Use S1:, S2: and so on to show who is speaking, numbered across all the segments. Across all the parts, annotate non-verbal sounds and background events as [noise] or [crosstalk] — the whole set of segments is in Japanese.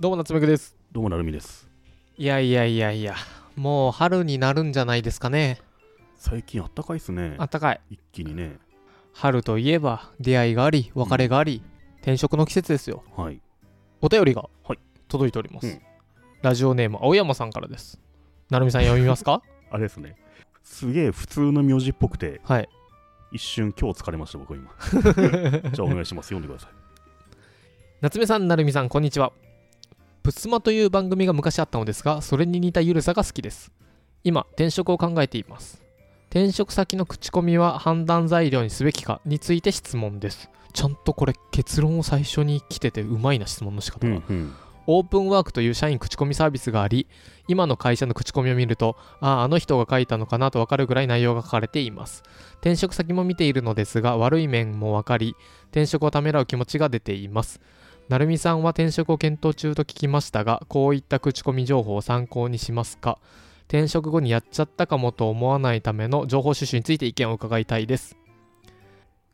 S1: どうも夏目くです
S2: どうもなるみです
S1: いやいやいやいやもう春になるんじゃないですかね
S2: 最近あったかいっすね
S1: あったかい
S2: 一気にね
S1: 春といえば出会いがあり別れがあり、転職の季節ですよ
S2: はい
S1: お便りが
S2: はい
S1: 届いております、
S2: うん
S1: ラジオネーム青山さんからですなるみさん読みます [laughs] か
S2: あれですねすげえ普通の名字っぽくて
S1: はい
S2: 一瞬今日疲れました僕 [laughs] 今じゃあお願いします読んでください
S1: 夏目さんなるみさんこんにちはプスマという番組が昔あったのですがそれに似たゆるさが好きです今転職を考えています転職先の口コミは判断材料にすべきかについて質問ですちゃんとこれ結論を最初に来ててうまいな質問の仕方が、
S2: うん
S1: オープンワークという社員口コミサービスがあり今の会社の口コミを見るとあああの人が書いたのかなと分かるぐらい内容が書かれています転職先も見ているのですが悪い面も分かり転職をためらう気持ちが出ていますなるみさんは転職を検討中と聞きましたがこういった口コミ情報を参考にしますか転職後にやっちゃったかもと思わないための情報収集について意見を伺いたいです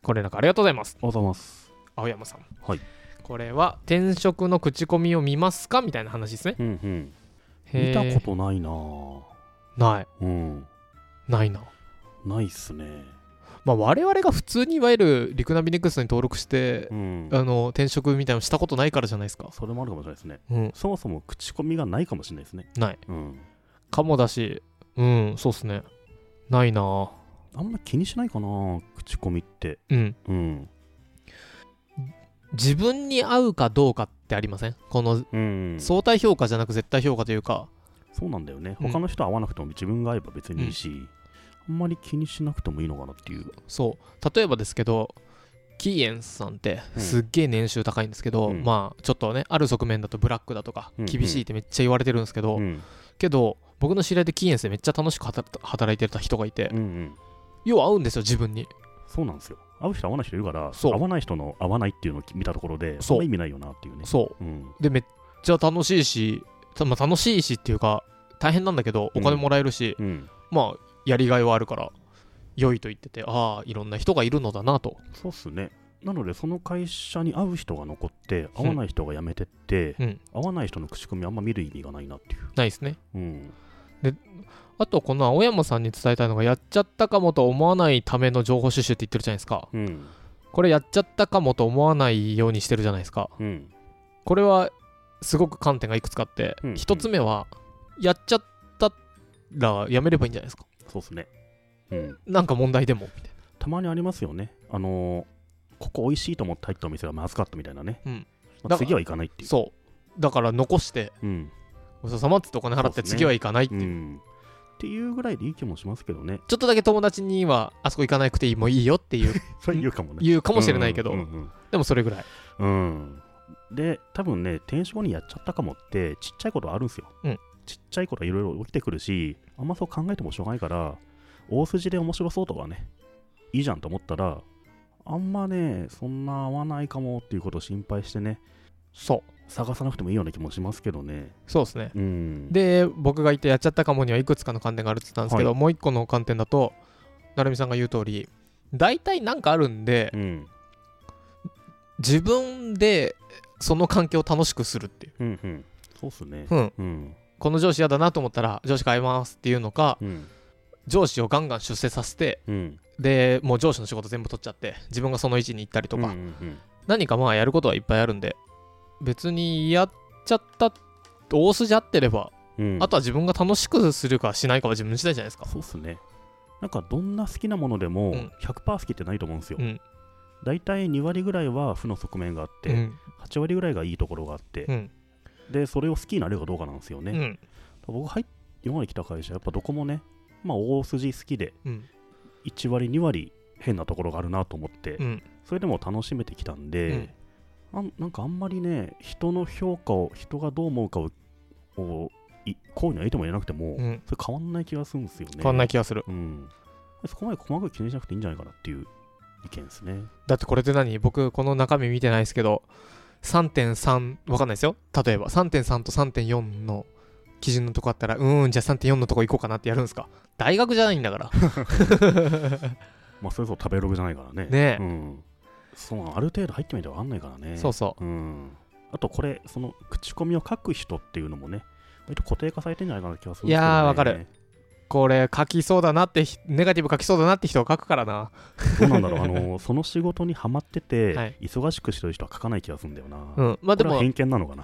S1: ご連絡ありがとうございます
S2: おはようございます
S1: 青山さん
S2: はい
S1: これは転職の口コミを見ますかみたいな話ですね
S2: うんうん
S1: へ
S2: 見
S1: ー
S2: たことないなぁ
S1: ない
S2: うん
S1: ないな
S2: ないっすね
S1: まあ我々が普通にいわゆるリクナビネクストに登録して
S2: う、ん
S1: あの転職みたいなのしたことないからじゃないですか
S2: それもあるかもしれないですね
S1: うん
S2: そもそも口コミがないかもしれないですね
S1: ない
S2: うん
S1: かもだしうんそうっすねないな
S2: あんま気にしないかなぁ口コミって
S1: うん
S2: うん
S1: 自分に合うかどうかってありませんこの
S2: うんそう
S1: 相対評価じゃなく絶対評価というか
S2: なんだよね
S1: うん
S2: 他の人合わなくても自分が合えば別にいいし、あんまり気にしなくてもいいのかなっていう
S1: そう例えばですけどキーエンスさんって
S2: うん
S1: すっげえ年収高いんですけど、
S2: うん
S1: まあちょっとねある側面だとブラックだとか
S2: うん
S1: 厳しいってめっちゃ言われてるんですけど、
S2: うん
S1: けど僕の知り合いでキーエンスでめっちゃ楽しく働働いてた人がいて、
S2: うんうん、
S1: 要は合うんですよ自分に
S2: そうなんですよ会う人合わない人いるから
S1: そう
S2: 合わない人の合わないっていうのを見たところで
S1: そう
S2: あんま意味ないよなっていうね、
S1: そう
S2: ん、
S1: うでめっちゃ楽しいした、まあ、楽しいしっていうか大変なんだけどお金もらえるし、
S2: うん、
S1: まあやりがいはあるから良いと言っててああいろんな人がいるのだなと
S2: そうっすねなのでその会社に会う人が残って合わない人が辞めてって、
S1: うん
S2: 合わない人の口コミあんま見る意味がないなっていう、
S1: ないですね
S2: うん、
S1: あとこの青山さんに伝えたいのがやっちゃったかもと思わないための情報収集って言ってるじゃないですか
S2: うん
S1: これやっちゃったかもと思わないようにしてるじゃないですか
S2: うん
S1: これはすごく観点がいくつかあって、
S2: うん
S1: 一つ目はやっちゃったらやめればいいんじゃないですか
S2: そうっすね、うん、
S1: なんか問題でもみたいな
S2: たまにありますよねあのーここ美味しいと思って入ったお店がまずかったみたいなね、
S1: うん
S2: ま
S1: だ
S2: あ、次は行かないっていう
S1: そうだから残して
S2: うん
S1: ごちそうさまっつってお金払っ
S2: そ
S1: て
S2: うですね
S1: 次は行かないって
S2: う
S1: いう、
S2: ん、っていうぐらいでいい気もしますけどね
S1: ちょっとだけ友達にはあそこ行かなくていいもういいよっていう
S2: それ言うかもね
S1: 言うかもしれないけど、
S2: うんうんうん
S1: でもそれぐらい
S2: うん。で、多分ね、転職後にやっちゃったかもって、ちっちゃいことあるんですよ。
S1: うん
S2: ちっちゃいことはいろいろ起きてくるし、あんまそう考えてもしょうがないから、大筋で面白そうとかね、いいじゃんと思ったら、あんまね、そんな合わないかもっていうことを心配してね、
S1: そう
S2: 探さなくてもいいような気もしますけどね。
S1: そうですね
S2: うん。、
S1: で僕が言ってやっちゃったかもにはいくつかの観点があるって言ったんですけど、もう一個の観点だと成美さんが言う通り大体なんかあるんで
S2: うん。
S1: 自分でその環境を楽しくするっていう、
S2: うんうん。そうっすね。
S1: うん、
S2: うん。
S1: この上司嫌だなと思ったら上司変えますっていうのか
S2: うん。
S1: 上司をガンガン出世させて
S2: うん。
S1: でもう上司の仕事全部取っちゃって自分がその位置に行ったりとか、
S2: うんうんうん
S1: 何かまあやることはいっぱいあるんで別にやっちゃった大筋合ってれば、
S2: うん
S1: あとは自分が楽しくするかしないかは自分次第じゃないですか
S2: そうっすね。なんかどんな好きなものでも
S1: うん
S2: 100%好きってないと思うんですよ。
S1: うん
S2: 大体2割ぐらいは負の側面があって、
S1: うん
S2: 8割ぐらいがいいところがあって、
S1: うん
S2: でそれを好きになれるかどうかなんですよ
S1: う
S2: ね。
S1: ん
S2: 僕入っ今まで来た会社やっぱどこもね、まあ、大筋好きで
S1: うん
S2: 1割2割変なところがあるなと思って、
S1: うん
S2: それでも楽しめてきたんで、なんなんかあんまりね人の評価を人がどう思うかををいこういうのはいいとも言えなくても、
S1: うん
S2: それ変わんない気がするんですよね。
S1: 変わんない気がする
S2: うん、そこまで細かく気にしなくていいんじゃないかなっていう意見ですね。
S1: だってこれって何僕この中身見てないですけど3.3わかんないですよ例えば3.3と3.4の基準のとこあったらうーんじゃあ3.4のとこ行こうかなってやるんですか大学じゃないんだから
S2: まあそれこそ食べログじゃないから
S1: ね
S2: ね。
S1: え
S2: うん、そうある程度入ってみないと分かんないからね。
S1: そうそう
S2: うんあとこれ、その口コミを書く人っていうのもね、割と固定化されてんじゃないかなって気がするんですけど、ね、
S1: いやーわかる。これ書きそうだなってひネガティブ書きそうだなって人は書くからな
S2: どうなんだろう、あの [laughs] その仕事にハマってて、
S1: はい
S2: 忙しくしてる人は書かない気がするんだよな。
S1: う
S2: こ
S1: んまあで
S2: れは
S1: も
S2: 偏見なのかな。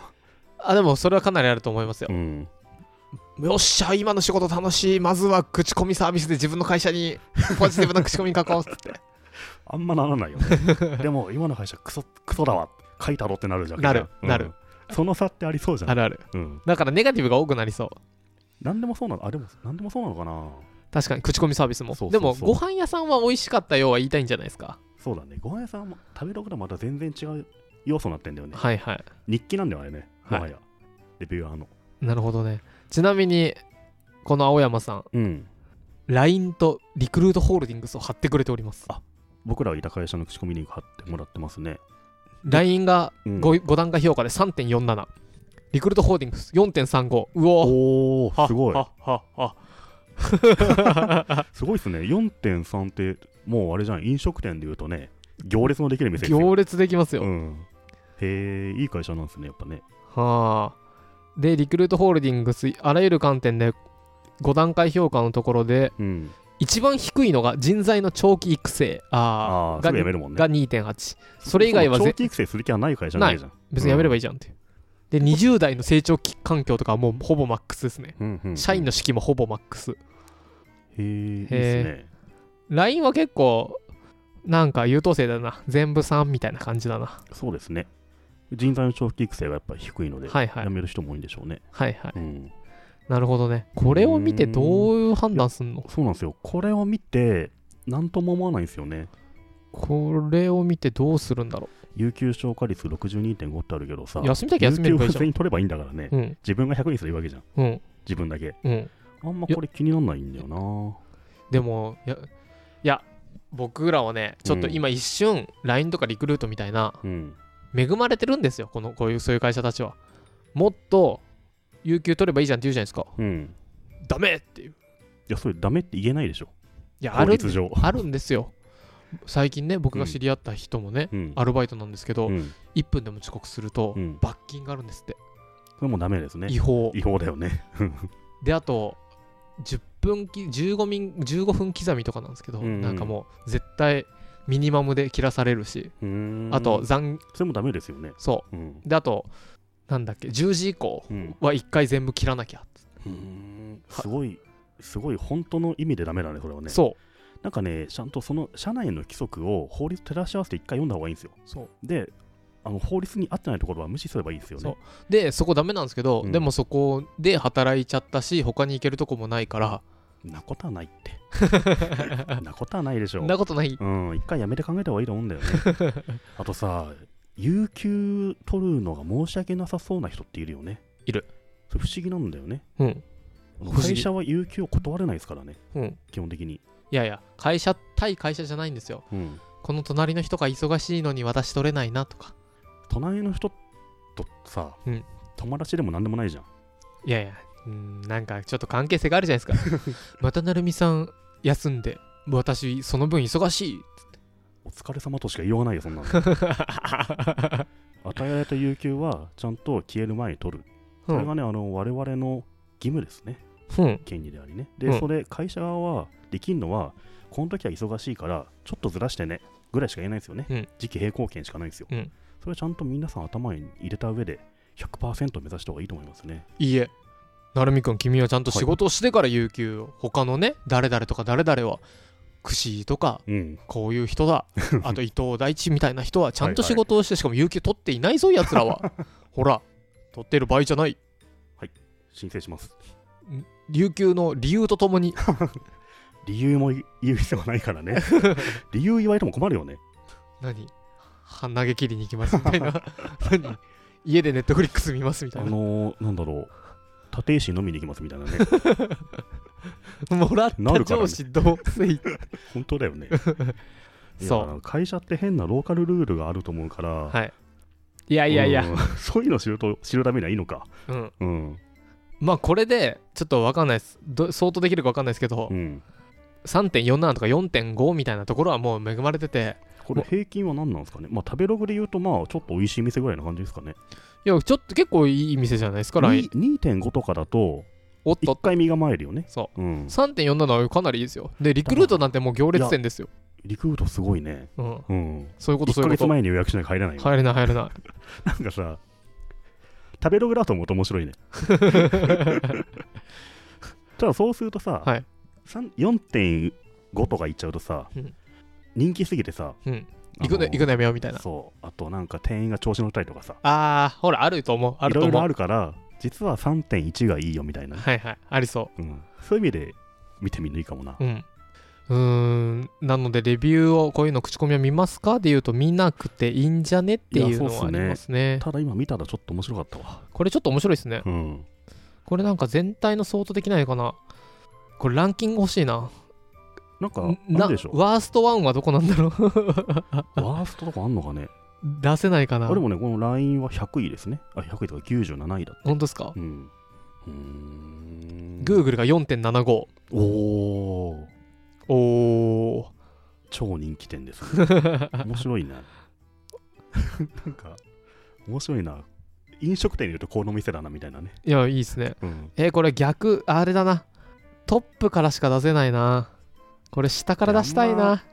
S1: あでもそれはかなりあると思いますよ
S2: う、ん。
S1: よっしゃ今の仕事楽しいまずは口コミサービスで自分の会社にポジティブな口コミ書こうっつって
S2: あんまならないよ
S1: [laughs]
S2: ね。でも、今の会社、クソ、クソだわ。書いたろってなるじゃん。
S1: なる
S2: うん
S1: なる。
S2: その差ってありそうじゃ
S1: あ
S2: ん。
S1: るある
S2: うん。
S1: だからネガティブが多くなりそう
S2: なんでもそうなの、あ、でも、なんでもそうなのかな。
S1: 確かに口コミサービスも
S2: そう
S1: で
S2: そうそ
S1: も
S2: う
S1: ご飯屋さんは美味しかったようは言いたいんじゃないですか
S2: そうだね。ご飯屋さんも食べログとはまた全然違う要素になってんだよね。
S1: はいはい
S2: 日記なんだよ、あれね。
S1: は
S2: も
S1: い
S2: はや。レビューアーの。
S1: なるほどねちなみにこの青山さん
S2: うん。
S1: LINE とリクルートホールディングスを貼ってくれております
S2: 僕らはいた会社の口コミリンク貼ってもらってますね。
S1: LINE が
S2: うん、
S1: 5, 5段階評価で3.47リクルートホールディングス4.35うお
S2: おー、すごい。
S1: ははは
S2: すごいですね。4.3って、もうあれじゃん、飲食店で言うとね、行列のできる店ですよ。
S1: 行列できますよ、
S2: うん。へえ、いい会社なんですね、やっぱね。
S1: はあでリクルートホールディングスあらゆる観点で5段階評価のところで
S2: うん。
S1: 一番低いのが人材の長期育成あ
S2: ああ
S1: ー
S2: ー、す
S1: が
S2: ぐ辞めるもんね
S1: が。2.8それ以外は
S2: 長
S1: ぜ
S2: 期育成する気はない会社じゃないじゃん。
S1: 別に辞めればい
S2: いい。
S1: いじゃんっていうで20代の成長期環境とかはもうほぼマックスですね
S2: うんうんうん
S1: 社員の士気もほぼマックス
S2: へえ、いいですね。
S1: LINE は結構なんか優等生だな全部3みたいな感じだな
S2: そうですね。人材の長期育成がやっぱり低いので、
S1: はいはい
S2: 辞める人も多いんでしょうね。
S1: はいはい
S2: うん。
S1: なるほどねこれを見てどういう判断すんの
S2: そうなんですよ。これを見て、なんとも思わないんですよね。
S1: これを見てどうするんだろ
S2: 有給消化率62.5ってあるけどさ、
S1: う休みだけ休め
S2: 有
S1: れ
S2: 給
S1: ばいい
S2: 普
S1: じゃん
S2: 通に取ればいいんだからね。
S1: うん
S2: 自分が100にすればいいわけじゃん。
S1: うん
S2: 自分だけ。
S1: うん
S2: あんまこれ気にならないんだよな。
S1: でもいやいや僕らはねちょっと今一瞬 LINE とかリクルートみたいな
S2: うん。
S1: 恵まれてるんですよこのこういうそういう会社たちはもっと有給取ればいいじゃんって言うじゃないですか
S2: うん。
S1: ダメっていう
S2: いや、それダメって言えないでしょ。
S1: いやあ
S2: 法
S1: る
S2: 律上。
S1: あるんですよ最近ね僕が知り合った人もね、
S2: うん。
S1: アルバイトなんですけど、
S2: うん。
S1: 1分でも遅刻すると、
S2: うん。
S1: 罰金があるんですって
S2: それもダメですね。
S1: 違法
S2: 違法だよね。
S1: であと10分き15分15分刻みとかなんですけど、
S2: うんうん
S1: なんかもう絶対ミニマムで切らされるし、あと残
S2: それもダメですよね。
S1: そ
S2: うん。
S1: うであとなんだっけ10時以降
S2: うん
S1: は1回全部切らなきゃ、
S2: うんすごい、すごい、本当の意味でダメだね、それはね。
S1: そ
S2: なんかね、ちゃんとその社内の規則を法律と照らし合わせて一回読んだ方がいいんですよ。
S1: うそう
S2: で、あの法律に合ってないところは無視すればいいですよね。
S1: でそこダメなんですけど、
S2: うん
S1: でもそこで働いちゃったし他に行けるとこもないから
S2: なことはない
S1: [laughs]
S2: って。なことはないでし
S1: そ
S2: ょ
S1: ん。なことない
S2: うん、一回やめて考えた方がいいと思うんだよ
S1: [laughs]
S2: ね。あとさ、有給取るのが申し訳なさそうな人っているよね。
S1: いる。
S2: それ不思議なんだよね。
S1: うん不思議
S2: 会社は有給を断れないですからね、
S1: うん
S2: 基本的に。
S1: いやいや会社対会社じゃないんですよ
S2: うん。
S1: この隣の人が忙しいのに私取れないなとか
S2: 隣の人とさ、
S1: うん
S2: 友達でも何でもないじゃん。
S1: いやいやうんなんかちょっと関係性があるじゃないですか [laughs] またなるみさん休んで私その分忙しい
S2: お疲れ様としか言いようがないよ、そんなの。
S1: [laughs]
S2: 与えられた有給はちゃんと消える前に取る。
S1: う
S2: それ
S1: ん、
S2: がね、あの我々の義務ですね。
S1: うん、
S2: 権利でありね。で、
S1: うん
S2: それ、会社側はできるのは、この時は忙しいから、ちょっとずらしてね、ぐらいしか言えないんですよね。
S1: うん
S2: 時期並行権しかないんですよ。
S1: うん
S2: それはちゃんと皆さん頭に入れた上で、100%目指した方がいいと思いますね。
S1: いいえなるみくん君はちゃんと仕事をしてから有給を、他のね誰々とか誰々は串井とか
S2: うん。
S1: こういう人 [laughs] だあと伊藤大地みたいな人はちゃんと
S2: はいは
S1: 仕
S2: い
S1: 事をしてしかも有給取っていないぞやつらは [laughs] ほら取ってる場合じゃない
S2: 申請します。
S1: 有給の理由とともに
S2: 理由も言う必要はないか
S1: [laughs]
S2: らね。理由言われても困るよね。
S1: 何は投げ切りに行きますみたい [laughs] な何家でネットフリックス見ますみた
S2: あ
S1: いな
S2: のー、なんだろう。立石飲みに行きますみたいなね。
S1: [laughs] もらっ
S2: な
S1: た
S2: るからね
S1: 上司同棲
S2: 本当だよね。
S1: そう
S2: いや会社って変なローカルルールがあると思うから、
S1: はいいやいやいや、
S2: うん、そういうの知ると知るためにはいいのか。
S1: うん、
S2: うん。
S1: まあこれでちょっと分かんないですど相当できるか分かんないですけど、
S2: うん。
S1: 3.47とか4.5みたいなところはもう恵まれてて
S2: これ平均は何なんですかね、まあ、食べログで言うと、まあ、ちょっと美味しい店ぐらいな感じですかね。
S1: いやちょっと結構いい店じゃないですか来
S2: に2.5とかだと、
S1: おっと
S2: 1回身構えるよね。
S1: そ
S2: うん
S1: う。3.47はかなりいいですよでリクルートなんてもう行列店ですよ、
S2: リクルートすごいね。
S1: うん、
S2: うん。
S1: そういうこと
S2: 1
S1: そう
S2: ヶ
S1: いう
S2: 月
S1: こと
S2: 前に予約しないと入らないよ。
S1: 入れない入れない
S2: なんかさ、食べログだと思うと
S1: [laughs]
S2: 面白いね。ただそうするとさ、
S1: はい
S2: 三4.5とかいっちゃうとさ、
S1: うん
S2: 人気すぎてさ、
S1: うん行くの
S2: あの
S1: 行くのやめようみたいな
S2: そう、あとなんか店員が調子乗ったりとかさ、
S1: あーほらあると思うあ
S2: い
S1: ると
S2: ろい
S1: 思
S2: ろ
S1: う
S2: あるから、実は3.1がいいよみたいな、
S1: はいはいありそ
S2: うんそういう意味で見てみるのいいかもな。
S1: ううんうーんなのでレビューをこういうの口コミを見ますかで言うと見なくていいんじゃねっていうの
S2: いや
S1: は
S2: そ
S1: あ
S2: うっす
S1: り
S2: ね
S1: ますね
S2: ただ今見たらちょっと面白かったわ。
S1: これちょっと面白いですね
S2: うん。
S1: これなんか全体の相当できないのかなこれランキング欲しいな
S2: なんか、あ
S1: な
S2: るでしょ。
S1: ワースト1はどこなんだろう [laughs]
S2: ワーストとかあんのかね。
S1: 出せないかな
S2: あれもね、この LINE は100位ですね。あ、100位とか97位だった。
S1: 本当ですか
S2: うん。うーん
S1: Google が4.75
S2: お
S1: お
S2: ー
S1: お
S2: 超人気店です、ね、
S1: [laughs]
S2: 面白いななんか面白いな飲食店にいるとこの店だなみたいなね、
S1: いやいいですね
S2: うん、
S1: えーこれ逆あれだなトップからしか出せないなこれ下から出したい
S2: いや
S1: な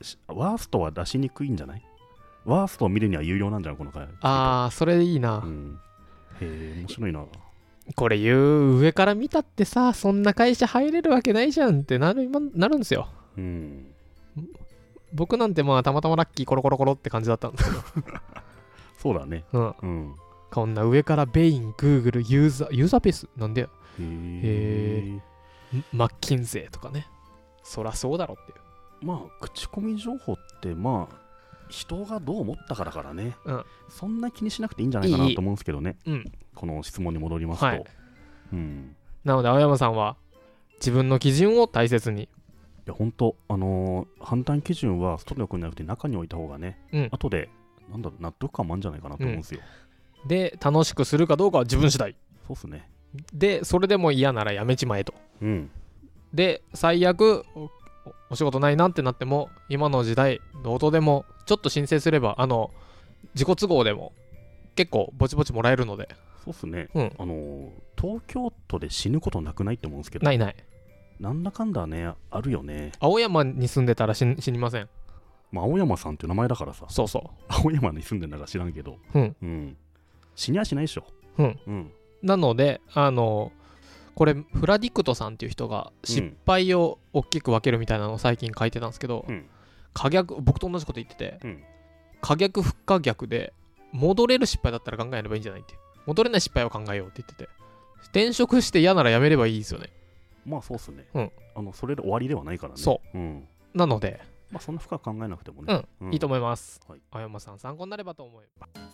S2: しワーストは出しにくいんじゃないワーストを見るには有料なんじゃんこの回、
S1: あーそれいいうなん
S2: へえ面白いな
S1: これ言う上から見たってさそんな会社入れるわけないじゃんってなるまなるんですよ
S2: うん
S1: 僕なんてまあたまたまラッキーコロコロコロって感じだったんですけ
S2: そうだね
S1: ど、うん、
S2: うん
S1: こんな上からベイン、グーグル、ユーザー、ユーザーベースなんで、
S2: へ
S1: へ
S2: え
S1: マッキンゼーとかね。そらそうだろっていう。
S2: まあ口コミ情報ってまあ人がどう思ったからからね、
S1: うん
S2: そんな気にしなくていいんじゃないかない
S1: い
S2: と思うんですけどね
S1: うん
S2: この質問に戻りますと、
S1: はい
S2: うん、
S1: なので、青山さんは自分の基準を大切に。
S2: いや本当あのー判断基準は外に置くんじゃなくて中に置いた方がね、
S1: うん
S2: 後でなんだろう納得感もあるんじゃないかなと思うんですよ、
S1: で、楽しくするかどうかは自分次第。
S2: そうっすね
S1: で、それでも嫌ならやめちまえと。
S2: うん
S1: で、最悪、おお仕事ないなってなっても、今の時代、どうとでも、ちょっと申請すれば、あの、自己都合でも、結構ぼちぼちもらえるので、
S2: そうっすね、
S1: うん
S2: あのー東京都で死ぬことなくないと思うんですけど
S1: ないない。
S2: なんだかんだねあるよね、
S1: 青山に住んでたら死に死にません。
S2: まあ、青山さんっていう名前だからさ [laughs]
S1: そうそ
S2: 青山に住んでんだか知らんけど
S1: う。うん。
S2: うん死にゃしないでしょ
S1: うん。
S2: うん
S1: なのであのこれフラディクトさんっていう人が失敗を大きく分けるみたいなのを最近書いてたんですけど、
S2: うん
S1: 可逆僕と同じこと言ってて
S2: うん
S1: 可逆不可逆で戻れる失敗だったら考えればいいんじゃないっていう戻れない失敗を考えようって言ってて転職して嫌なら辞めればいいですよね
S2: まあそうっすね、
S1: うん
S2: あのそれで終わりではないからね、
S1: そう
S2: ん
S1: なので、
S2: まあ、そんな深く考えなくてもね、
S1: いいと思います、
S2: はい
S1: 青山さん参考になればと思います